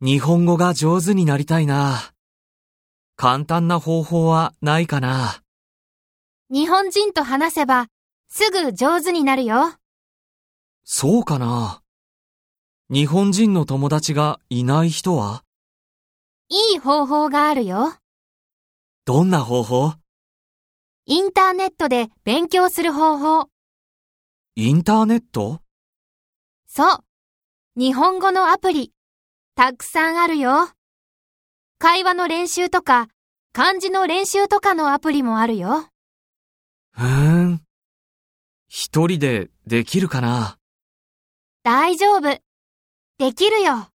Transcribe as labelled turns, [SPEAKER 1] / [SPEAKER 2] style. [SPEAKER 1] 日本語が上手になりたいな。簡単な方法はないかな。
[SPEAKER 2] 日本人と話せばすぐ上手になるよ。
[SPEAKER 1] そうかな。日本人の友達がいない人はい
[SPEAKER 2] い方法があるよ。
[SPEAKER 1] どんな方法
[SPEAKER 2] インターネットで勉強する方法。
[SPEAKER 1] インターネット
[SPEAKER 2] そう。日本語のアプリ。たくさんあるよ。会話の練習とか、漢字の練習とかのアプリもあるよ。
[SPEAKER 1] ふーん。一人でできるかな。
[SPEAKER 2] 大丈夫。できるよ。